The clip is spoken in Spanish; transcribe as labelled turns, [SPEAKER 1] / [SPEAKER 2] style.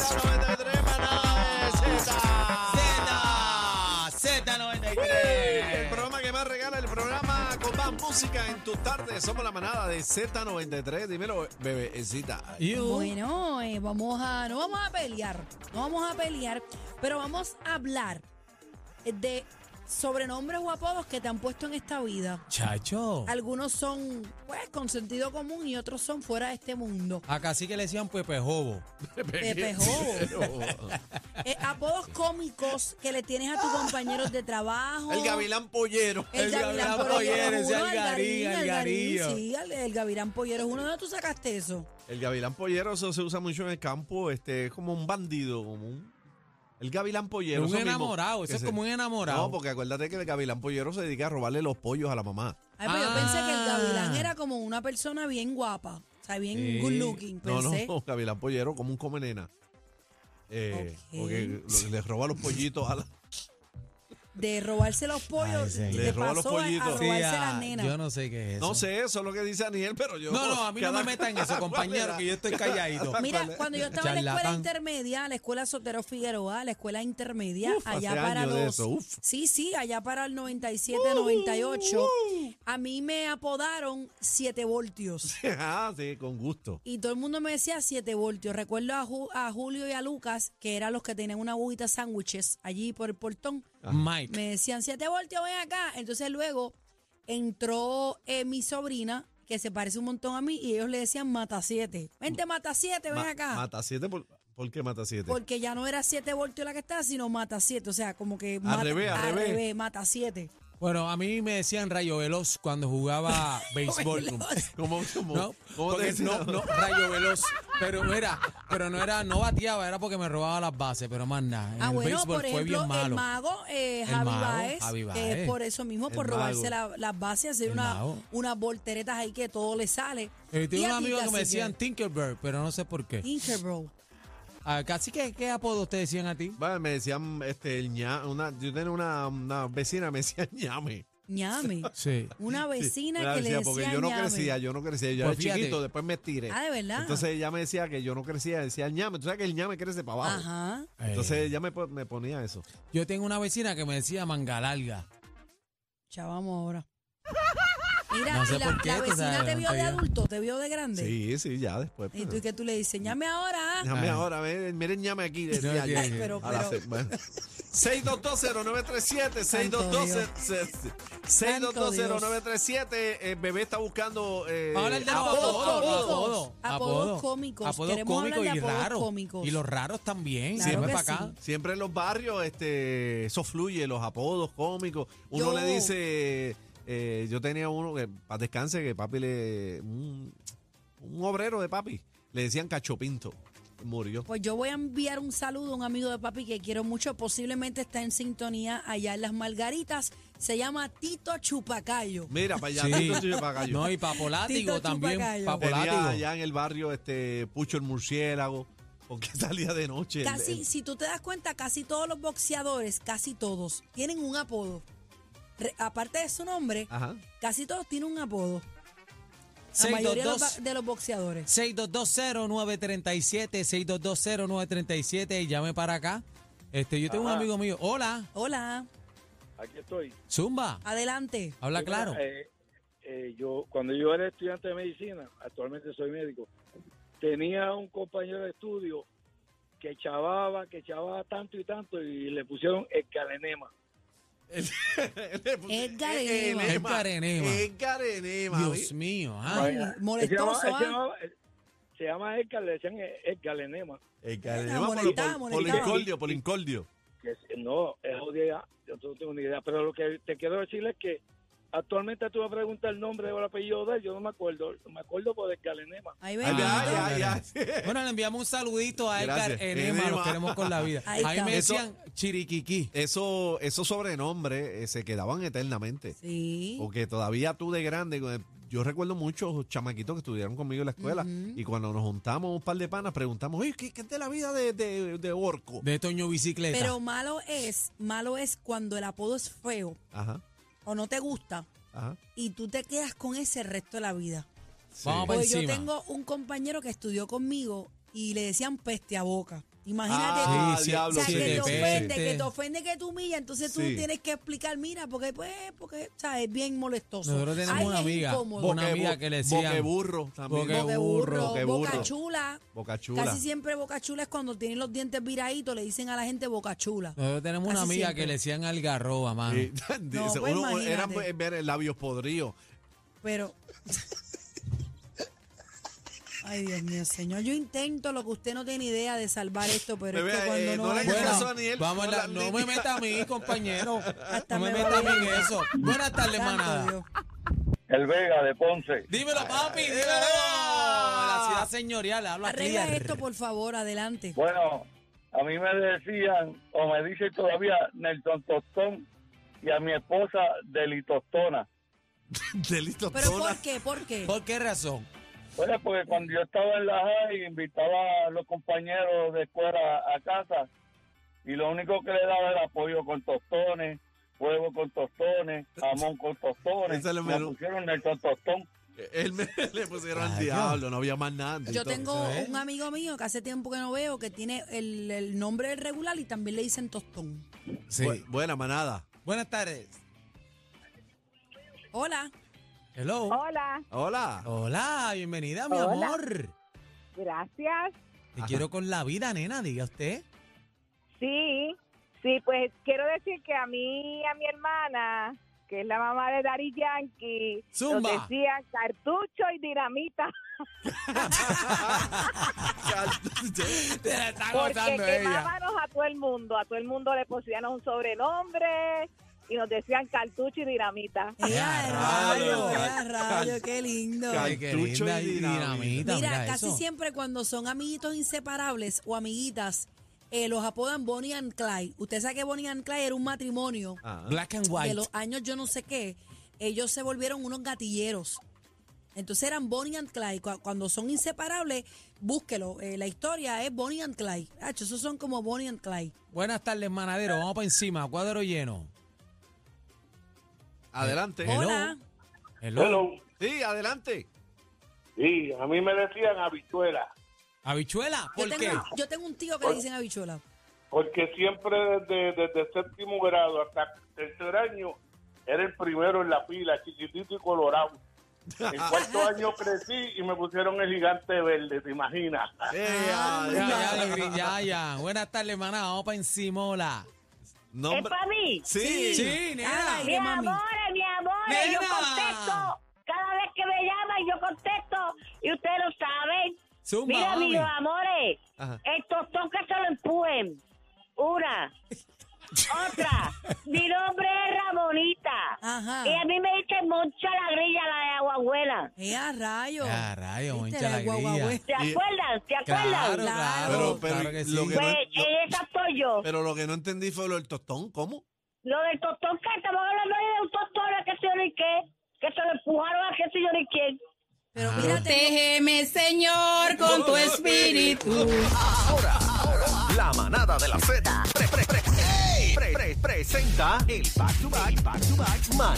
[SPEAKER 1] Z93 Manabe, Z. El
[SPEAKER 2] Z93.
[SPEAKER 1] programa que más regala, el programa con más música en tus tardes. Somos la manada de Z93. Dímelo, bebecita.
[SPEAKER 3] Bueno, eh, vamos a, no vamos a pelear, no vamos a pelear, pero vamos a hablar eh, de sobrenombres o apodos que te han puesto en esta vida.
[SPEAKER 2] Chacho.
[SPEAKER 3] Algunos son, pues, con sentido común y otros son fuera de este mundo.
[SPEAKER 2] Acá sí que le decían Pepe Jobo.
[SPEAKER 3] Pepe Jobo. Eh, apodos cómicos que le tienes a tus compañeros de trabajo.
[SPEAKER 1] El gavilán pollero.
[SPEAKER 3] El Gavilán Pollero, es
[SPEAKER 2] ese
[SPEAKER 3] uno,
[SPEAKER 2] Algarín,
[SPEAKER 3] Algarín, Algarín,
[SPEAKER 2] Algarillo.
[SPEAKER 3] sí, el, el Gavilán Pollero es uno. ¿De dónde tú sacaste eso?
[SPEAKER 1] El gavilán pollero, eso se usa mucho en el campo. Este, es como un bandido, como un. El gavilán pollero.
[SPEAKER 2] Un
[SPEAKER 1] eso mismo,
[SPEAKER 2] enamorado,
[SPEAKER 1] que
[SPEAKER 2] eso es
[SPEAKER 1] se-
[SPEAKER 2] como un enamorado.
[SPEAKER 1] No, porque acuérdate que el gavilán pollero se dedica a robarle los pollos a la mamá.
[SPEAKER 3] Ay, pero yo pensé que el
[SPEAKER 2] Ah.
[SPEAKER 3] gavilán era como una persona bien guapa, o sea, bien
[SPEAKER 2] Sí.
[SPEAKER 3] good looking,
[SPEAKER 1] No, no,
[SPEAKER 3] pensé.
[SPEAKER 1] gavilán pollero como un come nena. Eh,
[SPEAKER 3] Ok.
[SPEAKER 1] Porque lo- le roba los pollitos a la.
[SPEAKER 3] De robarse los
[SPEAKER 2] Ay,
[SPEAKER 3] pollos,
[SPEAKER 2] sí.
[SPEAKER 3] le
[SPEAKER 1] Le roba los
[SPEAKER 3] pasó a-
[SPEAKER 1] pollitos.
[SPEAKER 3] a
[SPEAKER 1] Sí,
[SPEAKER 3] robarse
[SPEAKER 2] ah,
[SPEAKER 3] la nena.
[SPEAKER 2] yo no sé qué es eso.
[SPEAKER 1] No sé, eso es lo que dice Daniel, pero yo.
[SPEAKER 2] No, no, a mí no
[SPEAKER 1] cada-
[SPEAKER 2] me metan en eso,
[SPEAKER 1] cada
[SPEAKER 2] compañero,
[SPEAKER 1] cual
[SPEAKER 2] que
[SPEAKER 1] le
[SPEAKER 2] yo
[SPEAKER 1] da.
[SPEAKER 2] estoy calladito.
[SPEAKER 3] Mira,
[SPEAKER 1] ¿Cuál es?
[SPEAKER 3] cuando yo estaba en la escuela
[SPEAKER 2] Charlatán.
[SPEAKER 3] intermedia, la escuela Sotero Figueroa, la escuela intermedia,
[SPEAKER 1] Uf,
[SPEAKER 3] allá
[SPEAKER 1] hace
[SPEAKER 3] para
[SPEAKER 1] años de
[SPEAKER 3] los.
[SPEAKER 1] eso, uf. Uh,
[SPEAKER 3] Sí, sí, allá para el 97, 98. A mí me apodaron 7 voltios.
[SPEAKER 1] ah, sí, con gusto.
[SPEAKER 3] Y todo el mundo me decía 7 voltios. Recuerdo a, Ju- a Julio y a Lucas, que eran los que tenían una agujita sándwiches allí por el portón.
[SPEAKER 2] Mike.
[SPEAKER 3] Me decían, 7 voltios, ven acá. Entonces luego entró eh, mi sobrina, que se parece un montón a mí, y ellos le decían, mata 7. Vente, mata 7, ven
[SPEAKER 1] Ma-
[SPEAKER 3] acá.
[SPEAKER 1] Mata siete, por, ¿por qué mata siete?
[SPEAKER 3] Porque ya no era 7 voltios la que estaba, sino mata 7. O sea, como que mata,
[SPEAKER 1] revés, al revés.
[SPEAKER 3] mata 7.
[SPEAKER 2] Bueno, a mí me decían Rayo Veloz cuando jugaba béisbol.
[SPEAKER 1] ¿Cómo, cómo,
[SPEAKER 2] No,
[SPEAKER 1] cómo
[SPEAKER 2] porque
[SPEAKER 1] decían?
[SPEAKER 2] no, no, rayo veloz. Pero no era, pero no era, no bateaba, era porque me robaba las bases, pero más nada. En
[SPEAKER 3] Ah,
[SPEAKER 2] el
[SPEAKER 3] bueno,
[SPEAKER 2] béisbol
[SPEAKER 3] por
[SPEAKER 2] fue
[SPEAKER 3] ejemplo,
[SPEAKER 2] bien
[SPEAKER 3] el
[SPEAKER 2] malo.
[SPEAKER 3] mago eh,
[SPEAKER 2] El
[SPEAKER 3] Javi
[SPEAKER 2] mago,
[SPEAKER 3] Baez,
[SPEAKER 2] Javi
[SPEAKER 3] que
[SPEAKER 2] Baez.
[SPEAKER 3] es por eso mismo, por
[SPEAKER 1] El
[SPEAKER 3] robarse
[SPEAKER 1] mago.
[SPEAKER 3] la- las bases, hacer
[SPEAKER 2] El
[SPEAKER 3] una,
[SPEAKER 2] mago.
[SPEAKER 3] unas volteretas ahí que todo le sale.
[SPEAKER 2] Eh,
[SPEAKER 3] Y
[SPEAKER 2] tengo
[SPEAKER 3] a
[SPEAKER 2] un
[SPEAKER 3] ti,
[SPEAKER 2] amigo que me
[SPEAKER 3] cacique,
[SPEAKER 2] decían Tinkerbird, pero no sé por qué.
[SPEAKER 3] Tinkerbell.
[SPEAKER 2] Ah, Casi que, ¿qué apodo te decían a ti?
[SPEAKER 1] Vale, me decían, este, el ña, una, yo tenía una, una vecina, me decía ñame.
[SPEAKER 3] ñame.
[SPEAKER 2] Sí.
[SPEAKER 3] Una vecina
[SPEAKER 1] Me la
[SPEAKER 3] que le
[SPEAKER 1] decía,
[SPEAKER 3] decía
[SPEAKER 1] porque yo no
[SPEAKER 3] ñame.
[SPEAKER 1] crecía, yo no crecía, yo
[SPEAKER 2] Pues
[SPEAKER 1] era chiquito,
[SPEAKER 2] fíjate.
[SPEAKER 1] después me estiré.
[SPEAKER 3] Ah, ¿de verdad?
[SPEAKER 1] Entonces ella me decía que yo no crecía, decía ñame, tú sabes que el ñame crece para abajo.
[SPEAKER 3] Ajá.
[SPEAKER 1] Entonces
[SPEAKER 2] Eh,
[SPEAKER 1] ella me, po- me ponía eso.
[SPEAKER 2] yo tengo una vecina que me decía manga larga.
[SPEAKER 3] Ya vamos ahora. Mira,
[SPEAKER 2] No sé
[SPEAKER 3] y la,
[SPEAKER 2] por qué,
[SPEAKER 3] la
[SPEAKER 2] tú
[SPEAKER 3] vecina
[SPEAKER 2] sabes,
[SPEAKER 3] te vio de
[SPEAKER 2] yo-
[SPEAKER 3] adulto, te vio de grande.
[SPEAKER 1] Sí, sí, ya después.
[SPEAKER 3] Y tú
[SPEAKER 1] pues,
[SPEAKER 3] que tú le dices, ñame ahora. ah?
[SPEAKER 1] Ñame
[SPEAKER 2] Ah.
[SPEAKER 1] ahora, miren, miren ñame aquí, decía
[SPEAKER 2] No,
[SPEAKER 1] yo.
[SPEAKER 2] Ay,
[SPEAKER 3] pero-
[SPEAKER 1] A la
[SPEAKER 3] pero-
[SPEAKER 1] se- bueno. 6220937, 6220937, 6220937, eh, bebé está buscando eh,
[SPEAKER 2] Vamos a hablar de los
[SPEAKER 3] apodos,
[SPEAKER 2] apodos, apodos,
[SPEAKER 3] apodos,
[SPEAKER 2] apodos,
[SPEAKER 3] apodos cómicos.
[SPEAKER 2] Apodos
[SPEAKER 3] Queremos hablar
[SPEAKER 2] cómicos
[SPEAKER 3] de
[SPEAKER 2] y
[SPEAKER 3] apodos
[SPEAKER 2] raros.
[SPEAKER 3] cómicos.
[SPEAKER 2] Y los raros también.
[SPEAKER 3] Claro
[SPEAKER 2] Siempre
[SPEAKER 3] que
[SPEAKER 2] para acá.
[SPEAKER 1] Siempre en los barrios este, eso fluye, los apodos cómicos. Uno
[SPEAKER 3] Yo-
[SPEAKER 1] le dice, eh, yo tenía uno que para descanse, que papi le... Un, un obrero de papi, le decían cachopinto, murió.
[SPEAKER 3] Pues yo voy a enviar un saludo a un amigo de papi que quiero mucho, posiblemente está en sintonía allá en Las Margaritas. Se llama Tito Chupacayo.
[SPEAKER 1] Mira, para allá,
[SPEAKER 2] Sí.
[SPEAKER 1] tito, tito, para acá, yo.
[SPEAKER 2] No, y papolátigo
[SPEAKER 3] Tito
[SPEAKER 2] también.
[SPEAKER 3] Chupacayo.
[SPEAKER 1] Tenía
[SPEAKER 2] Papolátigo.
[SPEAKER 1] allá en el barrio este Pucho el murciélago, porque salía de noche. el-
[SPEAKER 3] Casi,
[SPEAKER 1] el-
[SPEAKER 3] si tú te das cuenta, casi todos los boxeadores, casi todos, tienen un apodo. Re- aparte de su nombre,
[SPEAKER 1] ajá.
[SPEAKER 3] casi todos tienen un apodo. La
[SPEAKER 2] 622.
[SPEAKER 3] mayoría de los, ba- de los boxeadores.
[SPEAKER 2] 6220937, 6220937, y llame para acá. Este, yo tengo un
[SPEAKER 4] Ajá.
[SPEAKER 2] amigo mío. Hola,
[SPEAKER 3] Hola,
[SPEAKER 4] Aquí estoy.
[SPEAKER 2] Zumba.
[SPEAKER 3] adelante.
[SPEAKER 2] Habla
[SPEAKER 4] Sí,
[SPEAKER 2] claro.
[SPEAKER 4] mira, eh, eh, yo cuando yo era estudiante de medicina, actualmente soy médico, tenía un compañero de estudio que chavaba, que chavaba tanto y tanto y le pusieron el calenema.
[SPEAKER 3] Edgar Enema.
[SPEAKER 2] Edgar Enema.
[SPEAKER 1] Edgar Enema.
[SPEAKER 2] Dios mío, ah.
[SPEAKER 3] Ay,
[SPEAKER 4] Él se llama-
[SPEAKER 3] molestoso.
[SPEAKER 4] él se
[SPEAKER 3] ah.
[SPEAKER 4] llamaba- él- se llama Edgar, le decían el- el galenema.
[SPEAKER 1] Edgar
[SPEAKER 3] Ah,
[SPEAKER 1] Enema por-
[SPEAKER 3] molestaba,
[SPEAKER 1] por- por
[SPEAKER 3] molestaba.
[SPEAKER 1] Lincolnio, por Lincolnio.
[SPEAKER 4] Que es- no, es jodida, yo no tengo ni idea. Pero lo que te quiero decir es que actualmente tú vas a preguntar el nombre o el apellido de él, yo no me acuerdo, me acuerdo por el galenema.
[SPEAKER 3] Ahí
[SPEAKER 1] Ay,
[SPEAKER 3] ven.
[SPEAKER 1] ay,
[SPEAKER 2] Edgar
[SPEAKER 1] ay, ay.
[SPEAKER 2] Bueno, le enviamos un saludito a Edgar
[SPEAKER 1] Gracias.
[SPEAKER 2] Enema,
[SPEAKER 1] Enema.
[SPEAKER 2] los queremos con la vida.
[SPEAKER 3] Ahí
[SPEAKER 2] Ahí
[SPEAKER 3] está.
[SPEAKER 2] me
[SPEAKER 1] Eso-
[SPEAKER 2] decían Chiriquiquí.
[SPEAKER 1] Eso- Esos sobrenombres eh, se quedaban eternamente.
[SPEAKER 3] Sí.
[SPEAKER 1] Porque todavía tú de grande, eh, yo recuerdo muchos chamaquitos que estudiaron conmigo en la escuela y cuando nos juntamos un par de panas preguntamos, oye, ¿qué, qué es de la vida de, de, de Orco?
[SPEAKER 2] De Toño Bicicleta.
[SPEAKER 3] Pero malo es, malo es cuando el apodo es feo
[SPEAKER 1] Ajá,
[SPEAKER 3] o no te gusta
[SPEAKER 1] ajá.
[SPEAKER 3] y tú te quedas con ese el resto de la vida.
[SPEAKER 1] Sí.
[SPEAKER 2] Vamos a ver.
[SPEAKER 3] Porque yo
[SPEAKER 2] encima.
[SPEAKER 3] tengo un compañero que estudió conmigo y le decían peste a boca. Imagínate
[SPEAKER 1] Ah,
[SPEAKER 3] tú.
[SPEAKER 1] sí, sí,
[SPEAKER 3] O
[SPEAKER 1] diablo,
[SPEAKER 3] sea,
[SPEAKER 1] sí,
[SPEAKER 3] que te
[SPEAKER 1] depende.
[SPEAKER 3] ofende, que te ofende, que te humilla, entonces tú
[SPEAKER 1] Sí.
[SPEAKER 3] tienes que explicar, mira, porque pues, porque, o sea, es bien molestoso.
[SPEAKER 2] Nosotros tenemos
[SPEAKER 3] Ay,
[SPEAKER 2] una
[SPEAKER 3] es
[SPEAKER 2] amiga,
[SPEAKER 3] incómodo.
[SPEAKER 2] Una amiga que le decían-
[SPEAKER 1] Boqueburro también.
[SPEAKER 2] Boque-
[SPEAKER 3] Boca
[SPEAKER 2] burro,
[SPEAKER 3] burro,
[SPEAKER 1] boque
[SPEAKER 3] boca
[SPEAKER 1] burro.
[SPEAKER 3] chula.
[SPEAKER 1] Bocachula.
[SPEAKER 3] Casi siempre boca chula es cuando tienen los dientes viraditos, le dicen a la gente boca chula.
[SPEAKER 2] Nosotros tenemos una
[SPEAKER 3] Casi
[SPEAKER 2] amiga
[SPEAKER 3] siempre.
[SPEAKER 2] que le decían algarroba, mano.
[SPEAKER 1] Sí, dice,
[SPEAKER 3] pues,
[SPEAKER 1] uno-
[SPEAKER 3] imagínate.
[SPEAKER 1] eran pues, ver labios podridos.
[SPEAKER 3] Pero. Ay, Dios mío, señor. Yo intento lo que usted no tiene idea de salvar esto, pero
[SPEAKER 1] Bebé,
[SPEAKER 3] es que cuando
[SPEAKER 1] eh,
[SPEAKER 3] no.
[SPEAKER 1] no le
[SPEAKER 3] hay
[SPEAKER 1] hagas
[SPEAKER 3] nada-
[SPEAKER 1] caso a Daniel,
[SPEAKER 2] vamos a
[SPEAKER 1] con
[SPEAKER 2] la-
[SPEAKER 1] las
[SPEAKER 2] no me
[SPEAKER 1] líneas.
[SPEAKER 2] meta a mí, compañero.
[SPEAKER 3] Hasta
[SPEAKER 2] no me
[SPEAKER 3] me
[SPEAKER 2] meta a mí
[SPEAKER 3] voy.
[SPEAKER 2] en eso. Buenas tardes,
[SPEAKER 3] Santo
[SPEAKER 2] manada.
[SPEAKER 3] Dios.
[SPEAKER 4] El Vega de Ponce.
[SPEAKER 2] Dímelo, papi, dímelo.
[SPEAKER 1] Ah.
[SPEAKER 2] La ciudad señorial, habla
[SPEAKER 3] Arregla
[SPEAKER 2] clear.
[SPEAKER 3] esto, por favor, adelante.
[SPEAKER 4] Bueno, a mí me decían, o me dicen todavía, Nelson Tostón y a mi esposa Delitostona.
[SPEAKER 1] Delito
[SPEAKER 3] Pero ¿por qué? ¿Por qué?
[SPEAKER 2] ¿Por qué razón?
[SPEAKER 4] Bueno, porque cuando yo estaba en la high, invitaba a los compañeros de escuela a casa y lo único que le daba era pollo con tostones, huevo con tostones, jamón con tostones.
[SPEAKER 1] Ese es el
[SPEAKER 4] Me
[SPEAKER 1] menú.
[SPEAKER 4] pusieron el tostón.
[SPEAKER 1] Él me, le pusieron al
[SPEAKER 2] Ay,
[SPEAKER 1] diablo, no había más nada.
[SPEAKER 3] Yo
[SPEAKER 1] Entonces,
[SPEAKER 3] tengo
[SPEAKER 2] eso es.
[SPEAKER 3] un amigo mío que hace tiempo que no veo que tiene el, el nombre del regular y también le dicen tostón.
[SPEAKER 2] Sí.
[SPEAKER 1] bu- buena manada.
[SPEAKER 2] Buenas tardes.
[SPEAKER 3] Hola.
[SPEAKER 2] Hello.
[SPEAKER 5] Hola,
[SPEAKER 1] Hola.
[SPEAKER 2] Hola, bienvenida, mi
[SPEAKER 5] Hola.
[SPEAKER 2] amor.
[SPEAKER 5] gracias.
[SPEAKER 2] Te
[SPEAKER 1] Ajá.
[SPEAKER 2] quiero con la vida, nena, diga usted.
[SPEAKER 5] Sí, sí, pues quiero decir que a mí, y a mi hermana, que es la mamá de Dari Yankee,
[SPEAKER 2] Zumba.
[SPEAKER 5] nos decían cartucho y dinamita,
[SPEAKER 2] Te la está
[SPEAKER 5] porque quemábamos a todo el mundo, a todo el mundo le pusieron un sobrenombre y nos decían cartucho y dinamita.
[SPEAKER 3] Ea,
[SPEAKER 1] rayos!
[SPEAKER 3] rayo, ea, rayo, qué lindo.
[SPEAKER 1] Cal-
[SPEAKER 2] Qué
[SPEAKER 1] Cartucho
[SPEAKER 2] linda
[SPEAKER 1] y
[SPEAKER 2] y
[SPEAKER 1] dinamita.
[SPEAKER 2] dinamita.
[SPEAKER 3] Mira,
[SPEAKER 2] mira
[SPEAKER 3] casi
[SPEAKER 2] eso.
[SPEAKER 3] siempre cuando son amiguitos inseparables o amiguitas, eh, los apodan Bonnie and Clyde. Usted sabe que Bonnie and Clyde era un matrimonio
[SPEAKER 1] Ah.
[SPEAKER 2] Black and white.
[SPEAKER 3] de los años yo no sé qué. Ellos se volvieron unos gatilleros. Entonces eran Bonnie and Clyde. Cu- Cuando son inseparables, búsquelo. Eh, la historia es Bonnie and Clyde. Hacho, esos son como Bonnie and Clyde.
[SPEAKER 2] Buenas tardes, manadero. Vamos para encima. Cuadro lleno.
[SPEAKER 1] Adelante.
[SPEAKER 2] ¿Eh?
[SPEAKER 3] Hola.
[SPEAKER 2] Hello.
[SPEAKER 6] Hello.
[SPEAKER 1] Sí, adelante.
[SPEAKER 6] Sí, a mí me decían habichuela,
[SPEAKER 2] Habichuela, ¿por
[SPEAKER 3] yo,
[SPEAKER 2] qué?
[SPEAKER 3] tengo, yo tengo un tío que le dicen habichuela.
[SPEAKER 6] porque siempre desde, desde séptimo grado hasta tercer año era el primero en la fila, chiquitito y colorado.
[SPEAKER 1] Eh,
[SPEAKER 6] En cuarto año crecí y me pusieron el gigante verde, ¿te imaginas?
[SPEAKER 1] Eh,
[SPEAKER 3] Ah,
[SPEAKER 2] Ya,
[SPEAKER 1] adiós.
[SPEAKER 2] ya, Alegrín, ya, ya. Buenas tardes, maná. Vamos para encima. Hola.
[SPEAKER 1] Nombre-
[SPEAKER 5] mí.
[SPEAKER 1] Sí.
[SPEAKER 2] Sí, nena.
[SPEAKER 3] Ay, mami.
[SPEAKER 5] mi amor,
[SPEAKER 2] yo Nena. contesto.
[SPEAKER 5] Cada vez que me llaman, yo contesto y ustedes lo saben.
[SPEAKER 2] Zumba,
[SPEAKER 5] Mira,
[SPEAKER 2] mami.
[SPEAKER 5] mis amores,
[SPEAKER 1] Ajá.
[SPEAKER 5] el tostón que se lo empujen. Una. Otra. Mi nombre es Ramonita.
[SPEAKER 3] Ajá.
[SPEAKER 5] Y a mí me dicen Moncha la Grilla, la de Aguabuela.
[SPEAKER 3] ¡Ea, Eh, rayo!
[SPEAKER 2] Ya, Ah, rayo,
[SPEAKER 3] Viste,
[SPEAKER 2] Moncha la
[SPEAKER 3] guagua,
[SPEAKER 2] grilla.
[SPEAKER 3] güey.
[SPEAKER 5] ¿Te
[SPEAKER 1] Y-
[SPEAKER 5] acuerdas? ¿Te acuerdas?
[SPEAKER 2] Claro, claro.
[SPEAKER 1] Pero, pero,
[SPEAKER 2] claro que sí.
[SPEAKER 1] lo que-
[SPEAKER 5] Pues
[SPEAKER 1] no- no-
[SPEAKER 5] en esa soy yo.
[SPEAKER 1] Pero lo que no entendí fue lo del tostón. ¿Cómo?
[SPEAKER 5] Lo del tostón que estamos hablando ahí de un tostón, a que se yo ni qué. Que se lo empujaron a que se yo ni quién.
[SPEAKER 3] Pero mira, tengo-
[SPEAKER 7] Señor, con tu espíritu.
[SPEAKER 8] Ahora, ahora, la manada de la Z. Pre, pre, pre- pre- pre- presenta el back to back, back to back, manada.